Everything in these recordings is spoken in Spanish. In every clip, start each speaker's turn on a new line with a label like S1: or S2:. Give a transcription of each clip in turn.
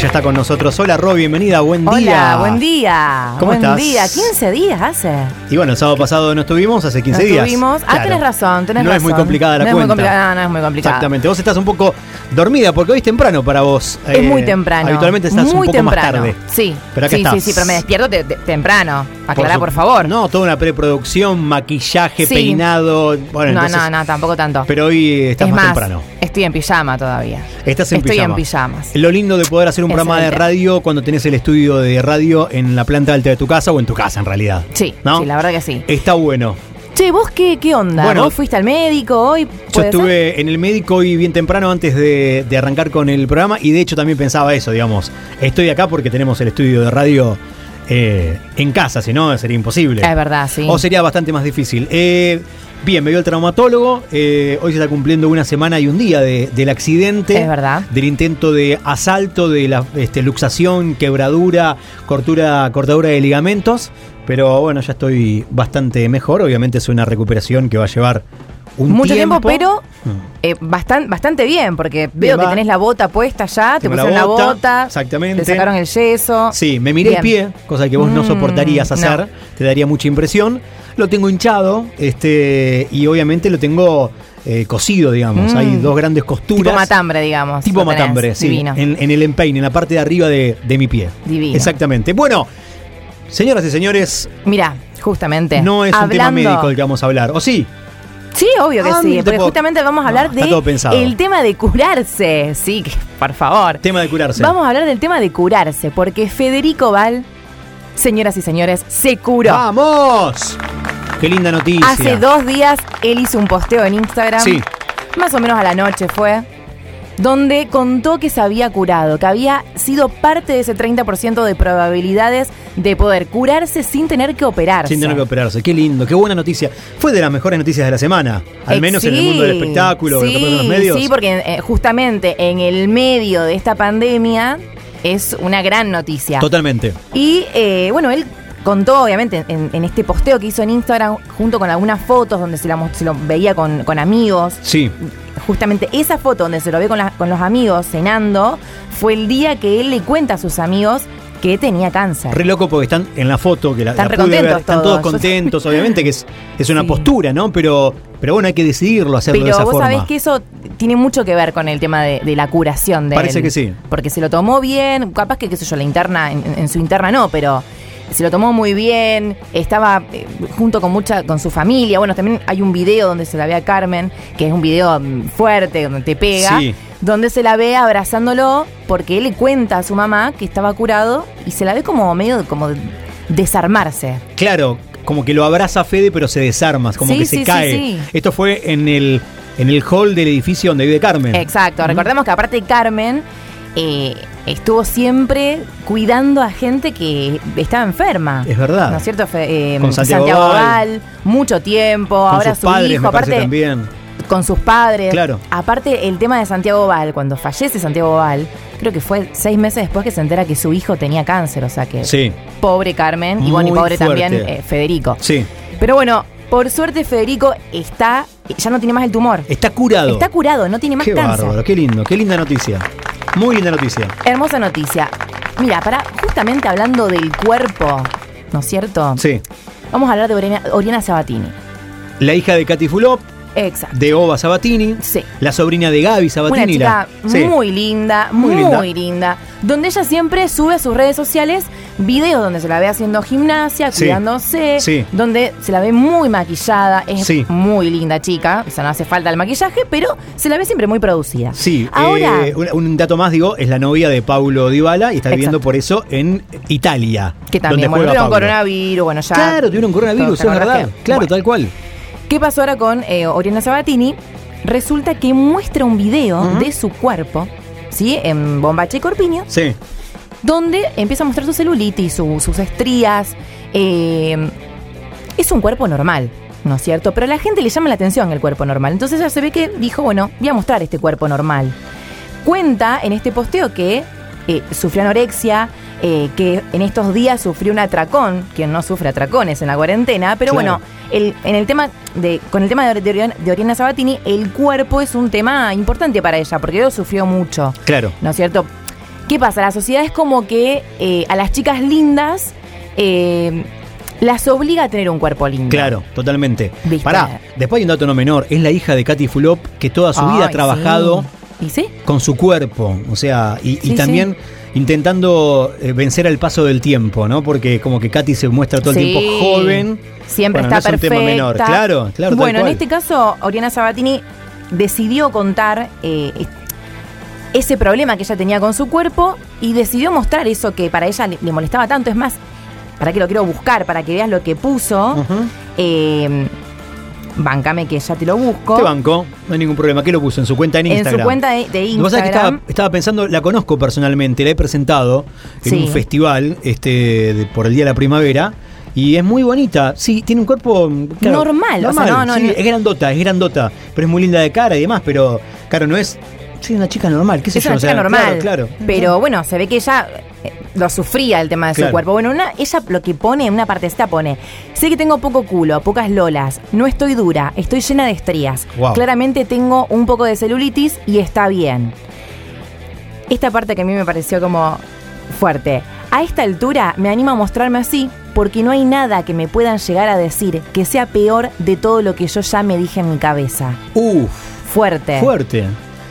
S1: Ya está con nosotros. Hola Rob, bienvenida, buen
S2: Hola,
S1: día.
S2: buen día.
S1: ¿Cómo
S2: buen
S1: estás?
S2: día. 15 días hace.
S1: Y bueno, el sábado pasado no estuvimos, hace 15
S2: Nos
S1: días.
S2: tuvimos- Ah,
S1: Claro.
S2: tenés razón, tenés
S1: No es
S2: razón.
S1: muy complicada la
S2: no
S1: cuenta.
S2: Es muy complicada, no, no es muy complicada.
S1: Exactamente. Vos estás un poco dormida porque hoy es temprano para vos.
S2: Es
S1: Eh,
S2: muy temprano.
S1: Habitualmente estás
S2: muy
S1: un poco
S2: temprano.
S1: más tarde.
S2: Sí.
S1: Pero acá
S2: sí,
S1: estás.
S2: sí, sí, pero me despierto te- te- temprano. Aclará,
S1: su-
S2: por, favor.
S1: No, toda una preproducción, maquillaje,
S2: Sí.
S1: peinado. Bueno,
S2: no,
S1: entonces-
S2: no, no, tampoco tanto.
S1: Pero hoy estás
S2: es
S1: más,
S2: más,
S1: temprano. Eh,
S2: estoy en pijama todavía.
S1: Estás en
S2: Estoy
S1: pijama.
S2: en pijamas.
S1: Lo lindo de poder hacer un
S2: Ese
S1: programa
S2: es
S1: de
S2: el tema.
S1: radio cuando tenés el estudio de radio en la planta alta de tu casa o en tu casa en realidad.
S2: Sí,
S1: ¿No?
S2: sí, la verdad que sí.
S1: Está bueno.
S2: Che, ¿vos qué, qué onda?
S1: Bueno,
S2: ¿Vos fuiste al médico hoy?
S1: Yo
S2: ¿Puede ser?
S1: estuve en el médico hoy bien temprano antes de, de arrancar con el programa y de hecho también pensaba eso, digamos. Estoy acá porque tenemos el estudio de radio eh, en casa, si no sería imposible.
S2: Ah, Es verdad, sí.
S1: O sería bastante más difícil. Eh, bien, me vio el traumatólogo. eh, hoy se está cumpliendo una semana y un día de- del accidente.
S2: Es verdad.
S1: Del intento de asalto, de la este, luxación, quebradura, cortura, cortadura de ligamentos. Pero bueno, ya estoy bastante mejor. Obviamente es una recuperación que va a llevar un
S2: Mucho tiempo, pero
S1: Mm.
S2: eh, bastan- bastante bien, porque veo que
S1: va.
S2: tenés la bota puesta ya, te
S1: Tengo la
S2: pusieron la
S1: bota,
S2: bota,
S1: exactamente.
S2: te sacaron el yeso.
S1: Sí, me miré el pie,
S2: Ah. Bien.
S1: cosa que vos no
S2: Mm,
S1: soportarías hacer,
S2: no.
S1: te daría mucha impresión. Lo tengo hinchado, este, y obviamente lo tengo eh, cosido, digamos.
S2: Mm.
S1: Hay dos grandes costuras.
S2: Tipo matambre, digamos.
S1: Tipo
S2: lo tenés.
S1: matambre, sí.
S2: Divino.
S1: En, en el empeine, en la parte de arriba de, de mi pie.
S2: Divino.
S1: Exactamente. Bueno, señoras y señores,
S2: Mira, justamente.
S1: no es un
S2: hablando-
S1: tema médico el que vamos a hablar. ¿O sí?
S2: Sí, obvio que
S1: Ah, mira,
S2: sí.
S1: te
S2: Porque
S1: puedo-
S2: justamente vamos
S1: No,
S2: a hablar
S1: está todo pensado.
S2: de el tema de curarse. Sí, que- por favor.
S1: Tema de curarse.
S2: Vamos a hablar del tema de curarse, porque Federico Val, señoras y señores, se curó.
S1: ¡Vamos! Qué linda noticia.
S2: Hace dos días él hizo un posteo en Instagram.
S1: Sí.
S2: Más o menos a la noche fue. Donde contó que se había curado, que había sido parte de ese 30% de probabilidades de poder curarse sin tener que operarse.
S1: Sin tener que operarse. Qué lindo, qué buena noticia. Fue de las mejores noticias de la semana. Al
S2: Eh,
S1: menos en el
S2: sí,
S1: mundo del espectáculo, en lo que pasa en los medios.
S2: Sí, porque eh, justamente en el medio de esta pandemia es una gran noticia.
S1: Totalmente.
S2: Y eh, bueno, él contó, obviamente, en, en este posteo que hizo en Instagram, junto con algunas fotos donde se, la mos- se lo veía con, con amigos.
S1: Sí.
S2: Justamente esa foto donde se lo ve con, la- con los amigos cenando fue el día que él le cuenta a sus amigos que tenía cáncer.
S1: Re loco porque están en la foto que la,
S2: Están
S1: la
S2: re
S1: pude ver,
S2: contentos
S1: están todos
S2: todos.
S1: contentos, obviamente que es, es una
S2: Sí.
S1: postura, ¿no? Pero, pero bueno, hay que decidirlo, hacerlo
S2: Pero
S1: de esa
S2: vos
S1: forma.
S2: sabés que eso tiene mucho que ver con el tema de, de la curación de
S1: Parece
S2: él.
S1: que sí.
S2: Porque se lo tomó bien, capaz que, qué sé yo, la interna, en, en su interna no, pero se lo tomó muy bien, estaba eh, junto con mucha, con su familia. Bueno, también hay un video donde se la ve a Carmen, que es un video mm, fuerte, donde te pega.
S1: Sí.
S2: Donde se la ve abrazándolo porque él le cuenta a su mamá que estaba curado y se la ve como medio como desarmarse.
S1: Claro, como que lo abraza Fede, pero se desarma, como
S2: Sí,
S1: que se
S2: sí, sí,
S1: cae.
S2: sí.
S1: Esto fue en el, en el hall del edificio donde vive Carmen.
S2: Exacto, recordemos que aparte Carmen eh, estuvo siempre cuidando a gente que estaba enferma.
S1: Es verdad.
S2: ¿No es cierto? Fe- eh,
S1: Con Santiago Val.
S2: Val, mucho tiempo,
S1: Con
S2: ahora
S1: sus
S2: su
S1: padres,
S2: hijo,
S1: me parece
S2: aparte
S1: también.
S2: con sus padres.
S1: Claro.
S2: Aparte el tema de Santiago Val, cuando fallece Santiago Val, creo que fue seis meses después que se entera que su hijo tenía cáncer, o sea que
S1: Sí,
S2: pobre Carmen y bueno, y
S1: Muy
S2: pobre también
S1: fuerte.
S2: eh, Federico.
S1: sí.
S2: Pero bueno, por suerte Federico está, ya no tiene más el tumor.
S1: Está curado.
S2: Está curado, no tiene más
S1: Qué
S2: cáncer.
S1: bárbaro, qué lindo, qué linda noticia. Muy linda noticia.
S2: Hermosa noticia. Mira, para justamente hablando del cuerpo, ¿no es cierto?
S1: Sí.
S2: Vamos a hablar de Oriana, Oriana Sabatini.
S1: La hija de Katy Fulop,
S2: Exacto.
S1: de Ova Sabatini.
S2: Sí.
S1: La sobrina de Gaby Sabatini.
S2: Una chica
S1: la- sí.
S2: muy linda,
S1: Muy
S2: muy,
S1: linda.
S2: linda, donde ella siempre sube a sus redes sociales videos donde se la ve haciendo gimnasia,
S1: Sí.
S2: cuidándose,
S1: Sí.
S2: donde se la ve muy maquillada, es
S1: Sí.
S2: muy linda chica, o sea, no hace falta el maquillaje, pero se la ve siempre muy producida.
S1: Sí,
S2: Ahora,
S1: eh, un, un dato más, digo, es la novia de Paulo Dybala y está viviendo
S2: Exacto.
S1: por eso en Italia.
S2: que
S1: donde
S2: también, bueno,
S1: juega
S2: tuvieron
S1: Paulo.
S2: coronavirus, bueno, ya...
S1: Claro, tuvieron coronavirus,
S2: Todos,
S1: es
S2: ¿te acordás
S1: verdad.
S2: que-
S1: Claro,
S2: bueno.
S1: tal cual.
S2: ¿Qué pasó ahora con eh, Oriana Sabatini? Resulta que muestra un video de su cuerpo, ¿sí? En Bombache y Corpiño,
S1: Sí.
S2: donde empieza a mostrar su celulitis, su- sus estrías. eh, es un cuerpo normal, ¿no es cierto? Pero a la gente le llama la atención el cuerpo normal. Entonces ella se ve que dijo, bueno, voy a mostrar este cuerpo normal. Cuenta en este posteo que eh, sufrió anorexia, eh, que en estos días sufrió un atracón, quien no sufre atracones en la cuarentena, pero
S1: Claro.
S2: bueno, el- en el tema de, con el tema de, de Oriana- de Oriana Sabatini, el cuerpo es un tema importante para ella, porque ella sufrió mucho.
S1: Claro.
S2: ¿no es cierto? ¿Qué pasa? La sociedad es como que eh, a las chicas lindas eh, las obliga a tener un cuerpo lindo.
S1: Claro, totalmente.
S2: Viste.
S1: Pará, después hay un dato no menor. Es la hija de Katy Fulop que toda su vida
S2: Ay,
S1: ha trabajado
S2: sí. ¿Y sí?
S1: con su cuerpo. O sea, y, y
S2: Sí,
S1: también intentando eh, vencer al paso del tiempo, ¿no? Porque como que Katy se muestra todo el
S2: Sí.
S1: tiempo joven.
S2: Siempre
S1: Bueno,
S2: está
S1: no es un
S2: perfecta.
S1: tema menor. Claro, claro, tal
S2: Bueno, en
S1: cual.
S2: este caso, Oriana Sabatini decidió contar eh, es- ese problema que ella tenía con su cuerpo y decidió mostrar eso que para ella le, le molestaba tanto. Es más, para que lo quiero buscar, para que veas lo que puso.
S1: Ujú.
S2: Eh, bancame que ya te lo busco.
S1: Te banco, no hay ningún problema. ¿Qué lo puso? En su cuenta en
S2: en
S1: Instagram.
S2: su cuenta de, de
S1: Lo que pasa es que estaba,
S2: Instagram.
S1: estaba pensando, la conozco personalmente, la he presentado en
S2: Sí.
S1: un festival este, de- por el Día de la Primavera. Y es muy bonita, sí, tiene un cuerpo claro,
S2: Normal, o sea, no, no,
S1: sí,
S2: no.
S1: es grandota, es grandota, pero es muy linda de cara y demás, pero claro, no es, soy una chica normal, qué sé
S2: es
S1: yo,
S2: una
S1: o sea,
S2: chica normal.
S1: claro, claro.
S2: Pero bueno, se ve que ella eh, lo sufría el tema de
S1: Claro.
S2: su cuerpo. Bueno, una, ella lo que pone, en una partecita pone, sé que tengo poco culo, pocas lolas, no estoy dura, estoy llena de estrías.
S1: Wow.
S2: Claramente tengo un poco de celulitis y está bien. Esta parte que a mí me pareció como fuerte. A esta altura me animo a mostrarme así porque no hay nada que me puedan llegar a decir que sea peor de todo lo que yo ya me dije en mi cabeza.
S1: Uf,
S2: Fuerte.
S1: fuerte.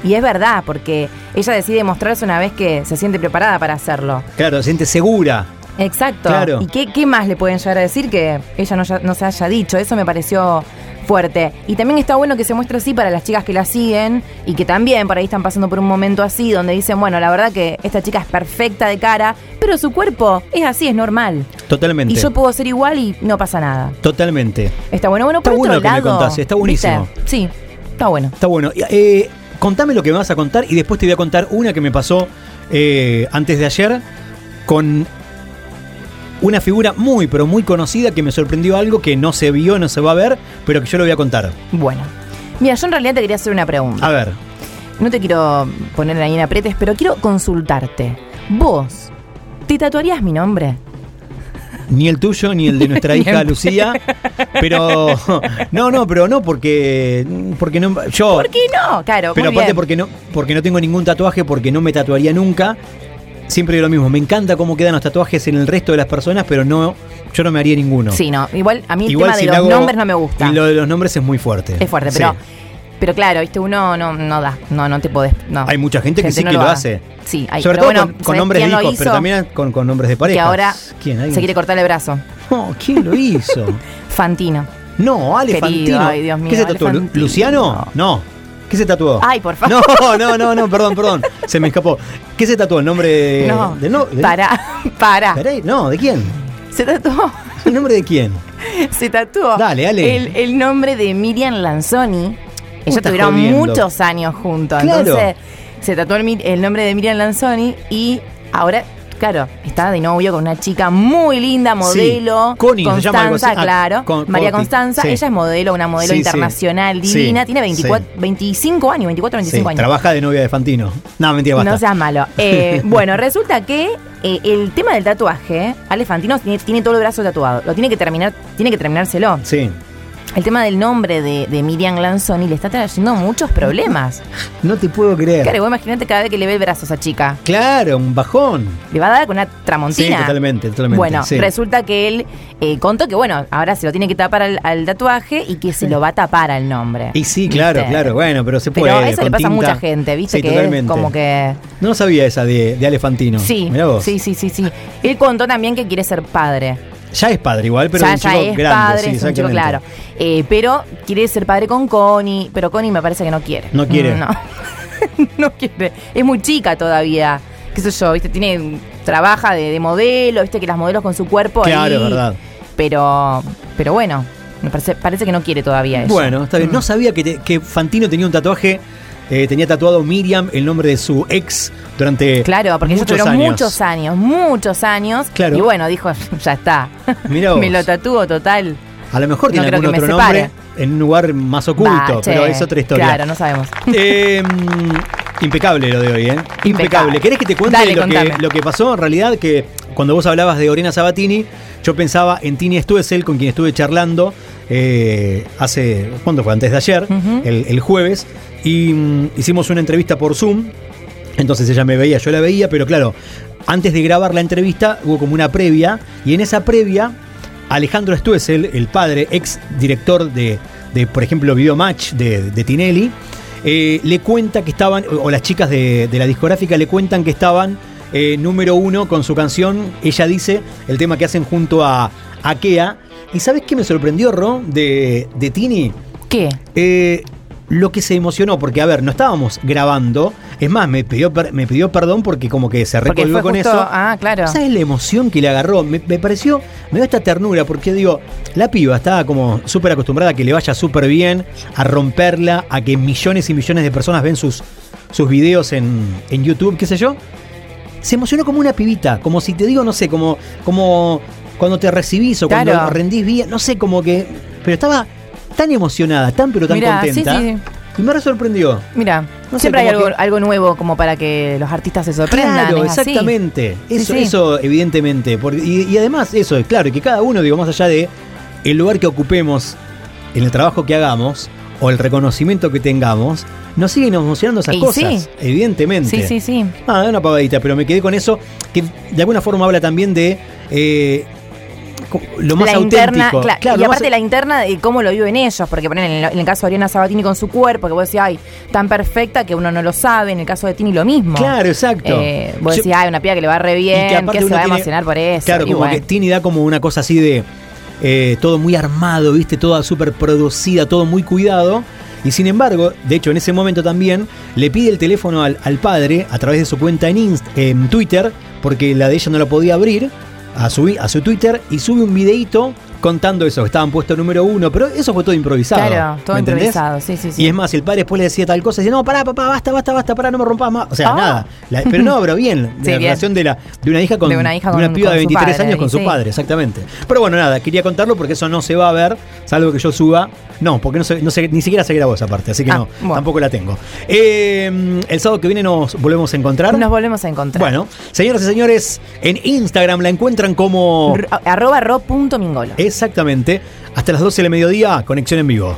S2: Y es verdad, porque ella decide mostrarse una vez que se siente preparada para hacerlo.
S1: Claro, se siente segura.
S2: Exacto.
S1: Claro.
S2: ¿Y qué, qué más le pueden llegar a decir que ella no, ya- no se haya dicho? Eso me pareció fuerte. Y también está bueno que se muestre así para las chicas que la siguen y que también por ahí están pasando por un momento así donde dicen, bueno, la verdad que esta chica es perfecta de cara, pero su cuerpo es así, es normal.
S1: Totalmente.
S2: Y yo puedo ser igual y no pasa nada.
S1: totalmente.
S2: Está bueno. Bueno,
S1: Está
S2: por otro
S1: bueno lo que me
S2: lado,
S1: contaste, está buenísimo.
S2: ¿viste? Sí, está bueno.
S1: Está bueno. Y, eh, contame lo que me vas a contar y después te voy a contar una que me pasó eh, antes de ayer con una figura muy, pero muy conocida que me sorprendió algo que no se vio, no se va a ver, pero que yo lo voy a contar.
S2: Bueno. Mira, yo en realidad te quería hacer una pregunta.
S1: A ver,
S2: No te quiero poner ahí en apretes, pero quiero consultarte. Vos, ¿te tatuarías mi nombre?
S1: ni el tuyo ni el de nuestra
S2: Ni
S1: hija
S2: el-
S1: Lucía, pero no, no, pero no porque porque no yo
S2: ¿Por qué no? Claro,
S1: Pero
S2: muy
S1: aparte
S2: bien.
S1: porque no, porque no tengo ningún tatuaje, porque no me tatuaría nunca. Siempre digo lo mismo, me encanta cómo quedan los tatuajes en el resto de las personas, pero no, yo no me haría ninguno.
S2: Sí, no. Igual a mí el
S1: Igual
S2: tema
S1: si
S2: de
S1: le
S2: los
S1: hago-
S2: nombres no me gusta.
S1: y Lo de los nombres es muy fuerte.
S2: Es fuerte,
S1: Sí.
S2: pero. Pero claro, viste, uno no, no da. No, no te podés. No.
S1: Hay mucha gente que sí
S2: no
S1: que lo
S2: da.
S1: hace.
S2: Sí, hay
S1: Sobre
S2: pero
S1: todo
S2: bueno,
S1: con- con,
S2: ¿sabés
S1: nombres de
S2: quién lo
S1: hijos, pero
S2: hizo?
S1: también con, con nombres de
S2: Que
S1: pareja.
S2: ahora
S1: ¿Quién? ¿Alguien?
S2: se quiere cortar el brazo.
S1: No, ¿Quién lo hizo?
S2: Fantino.
S1: No, Ale
S2: Querido,
S1: Fantino.
S2: ay, Dios mío,
S1: ¿Qué se
S2: Ale
S1: tatuó? ¿Lu-
S2: Fantino.
S1: ¿Luciano? No. ¿Qué se tatuó?
S2: Ay, por favor.
S1: No, no, no, no, perdón, perdón. Se me escapó. ¿Qué se tatuó? ¿El nombre Eh, de,
S2: no.
S1: del no- del-
S2: Pará, pará.
S1: Caray, No, ¿de quién?
S2: Se tatuó.
S1: ¿El nombre de quién?
S2: se tatuó
S1: Dale, dale.
S2: El, el nombre de Miriam Lanzoni. Ellos
S1: estás
S2: tuvieron
S1: jodiendo.
S2: muchos años juntos.
S1: Claro.
S2: Entonces, se tatuó el, mi- el nombre de Miriam Lanzoni y ahora, claro, está de novio con una chica muy linda, modelo.
S1: Sí, Connie, se
S2: Constanza,
S1: llama algo así. Ah,
S2: claro.
S1: Con-
S2: María
S1: Conti,
S2: Constanza,
S1: sí.
S2: ella es modelo, una
S1: Sí,
S2: modelo
S1: sí.
S2: internacional
S1: Sí,
S2: divina. Tiene 24,
S1: sí.
S2: 25 años, 24,
S1: Sí,
S2: 25 años.
S1: trabaja de novia de Fantino. No, mentira, basta.
S2: No seas malo. Eh, bueno, resulta que eh, el tema del tatuaje, Alefantino tiene, tiene todo el brazo tatuado. Lo tiene que terminar, tiene que terminárselo.
S1: Sí.
S2: El tema del nombre de, de Miriam Lanzoni le está trayendo muchos problemas.
S1: No te puedo creer.
S2: Claro,
S1: Claro,
S2: vos imaginate cada vez que le ve el brazo a esa chica.
S1: un bajón.
S2: Le va a dar con una tramontina.
S1: Sí, totalmente, totalmente,
S2: Bueno,
S1: sí.
S2: resulta que él eh, contó que, bueno, ahora se lo tiene que tapar al, al tatuaje y que se lo va a tapar al nombre.
S1: Y sí, claro,
S2: ¿Viste?
S1: claro. Bueno, pero se puede.
S2: Pero eso
S1: con
S2: le pasa
S1: tinta.
S2: a mucha gente, ¿viste?
S1: Sí,
S2: que
S1: totalmente.
S2: es como que.
S1: No sabía esa de, de Ale Fantino.
S2: Sí,
S1: Mirá vos.
S2: sí, sí, sí, sí. Él contó también que quiere ser padre.
S1: Ya es padre igual, pero
S2: ya,
S1: es un
S2: ya
S1: chico
S2: es
S1: grande.
S2: padre,
S1: sí,
S2: es un chico,
S1: exactamente.
S2: claro. Eh, pero quiere ser padre con Connie, pero Connie me parece que no quiere.
S1: No quiere.
S2: Mm, No, No quiere. Es muy chica todavía. Qué sé yo, viste, tiene, trabaja de, de modelo, viste que las modelos con su cuerpo
S1: Claro,
S2: ahí,
S1: es verdad.
S2: Pero, pero bueno, me parece, parece que no quiere todavía eso. Mm.
S1: Bueno, está bien. No sabía que, te- que Fantino tenía un tatuaje. eh, tenía tatuado Miriam el nombre de su ex durante
S2: Mm. Claro, porque ellos
S1: muchos
S2: tuvieron
S1: años.
S2: muchos años, muchos años.
S1: Claro.
S2: Y bueno, dijo, ya está.
S1: Mirá vos.
S2: me lo tatúo total.
S1: A lo mejor
S2: No
S1: tiene
S2: creo
S1: algún
S2: que me
S1: otro
S2: separe.
S1: nombre en un lugar más oculto,
S2: Bah, che,
S1: pero es otra historia.
S2: Claro, no sabemos.
S1: Eh, mm, impecable lo de hoy, ¿eh? Impecable.
S2: Impecable.
S1: ¿Querés que te cuente
S2: Dale,
S1: lo, que,
S2: contame.
S1: lo que pasó? En realidad, que cuando vos hablabas de Oriana Sabatini, yo pensaba en Tini Stuesel, con quien estuve charlando eh, hace. ¿Cuándo fue? Antes de ayer,
S2: Ujú.
S1: el, el jueves. Y mm, hicimos una entrevista por Zoom. Entonces ella me veía, yo la veía, pero claro, antes de grabar la entrevista hubo como una previa y en esa previa Alejandro Stuesel, el padre, ex director de, de, por ejemplo, Videomatch de, de Tinelli, eh, le cuenta que estaban, o o las chicas de, de la discográfica le cuentan que estaban eh, número uno con su canción, ella dice, el tema que hacen junto a Akea. ¿Y sabes qué me sorprendió, Ro, de, de Tini?
S2: ¿Qué?
S1: Eh, lo que se emocionó, porque a ver, no estábamos grabando. Es más, me pidió, per- me pidió perdón porque como que se
S2: Porque
S1: recolgó
S2: fue
S1: con
S2: justo-
S1: eso.
S2: Ah, claro.
S1: ¿Sabes la emoción que le agarró? Me, me pareció, me dio esta ternura, porque digo, la piba estaba como súper acostumbrada a que le vaya súper bien, a romperla, a que millones y millones de personas ven sus, sus videos en, en YouTube, qué sé yo. Se emocionó como una pibita, como si te digo, no sé, como, como cuando te recibís o cuando
S2: Claro.
S1: rendís bien, no sé, como que. Pero estaba tan emocionada, tan pero tan
S2: Mirá, sí,
S1: contenta.
S2: sí.
S1: Y me re sorprendió.
S2: Mira,
S1: No sé,
S2: siempre hay
S1: como
S2: algo,
S1: que-
S2: algo nuevo como para que los artistas se sorprendan.
S1: Claro,
S2: es así.
S1: exactamente.
S2: Sí,
S1: Eso,
S2: sí.
S1: eso, evidentemente. Porque, y, y además, eso, claro, que cada uno, digo, más allá de el lugar que ocupemos, en el trabajo que hagamos, o el reconocimiento que tengamos, nos siguen emocionando esas
S2: Y
S1: cosas.
S2: sí.
S1: Evidentemente.
S2: Sí, sí, sí.
S1: Ah, una pavadita, pero me quedé con eso, que de alguna forma habla también de. eh, co- lo más
S2: la
S1: auténtico.
S2: interna, cla-
S1: Claro,
S2: y
S1: lo más-
S2: aparte la interna de cómo lo viven ellos, porque ponen en, el- en el caso de Ariana Sabatini con su cuerpo, que vos decís, ay, tan perfecta que uno no lo sabe, en el caso de Tini lo mismo.
S1: Claro, exacto.
S2: Eh, vos
S1: Yo-
S2: decís, ay, una piba que le va re
S1: Y
S2: bien, que,
S1: aparte
S2: se
S1: uno
S2: va a
S1: tiene-
S2: emocionar por eso.
S1: Claro,
S2: y
S1: como
S2: bueno.
S1: que Tini da como una cosa así de eh, todo muy armado, viste, toda súper producida, todo muy cuidado. Y sin embargo, de hecho, en ese momento también le pide el teléfono al, al padre a través de su cuenta en, Inst- en Twitter, porque la de ella no la podía abrir, a su, a su Twitter, y sube un videíto contando eso, que estaban puesto número uno, pero eso fue todo improvisado.
S2: Claro, todo
S1: ¿me entendés?
S2: improvisado, sí, sí, sí.
S1: Y es más, el padre después le decía tal cosa, y decía, no, pará, papá, basta, basta, basta, pará, no me rompas más. O sea,
S2: Ah.
S1: nada. La- pero no, pero bien, de
S2: Sí,
S1: la
S2: bien.
S1: relación de, la, de una hija con,
S2: De una hija con-
S1: piba
S2: con
S1: de
S2: su
S1: 23
S2: padre,
S1: años con su
S2: sí.
S1: padre, exactamente. Pero bueno, nada, quería contarlo porque eso no se va a ver, salvo que yo suba. No, porque no se- no se- ni siquiera se grabó esa parte, así que
S2: Ah,
S1: no,
S2: bueno.
S1: tampoco la tengo. Eh, el sábado que viene nos volvemos a encontrar.
S2: Nos volvemos a encontrar.
S1: bueno, señoras y señores, en Instagram la encuentran como...
S2: R- arroba ro punto mingolo.
S1: Exactamente. Hasta las 12 del mediodía, conexión en vivo.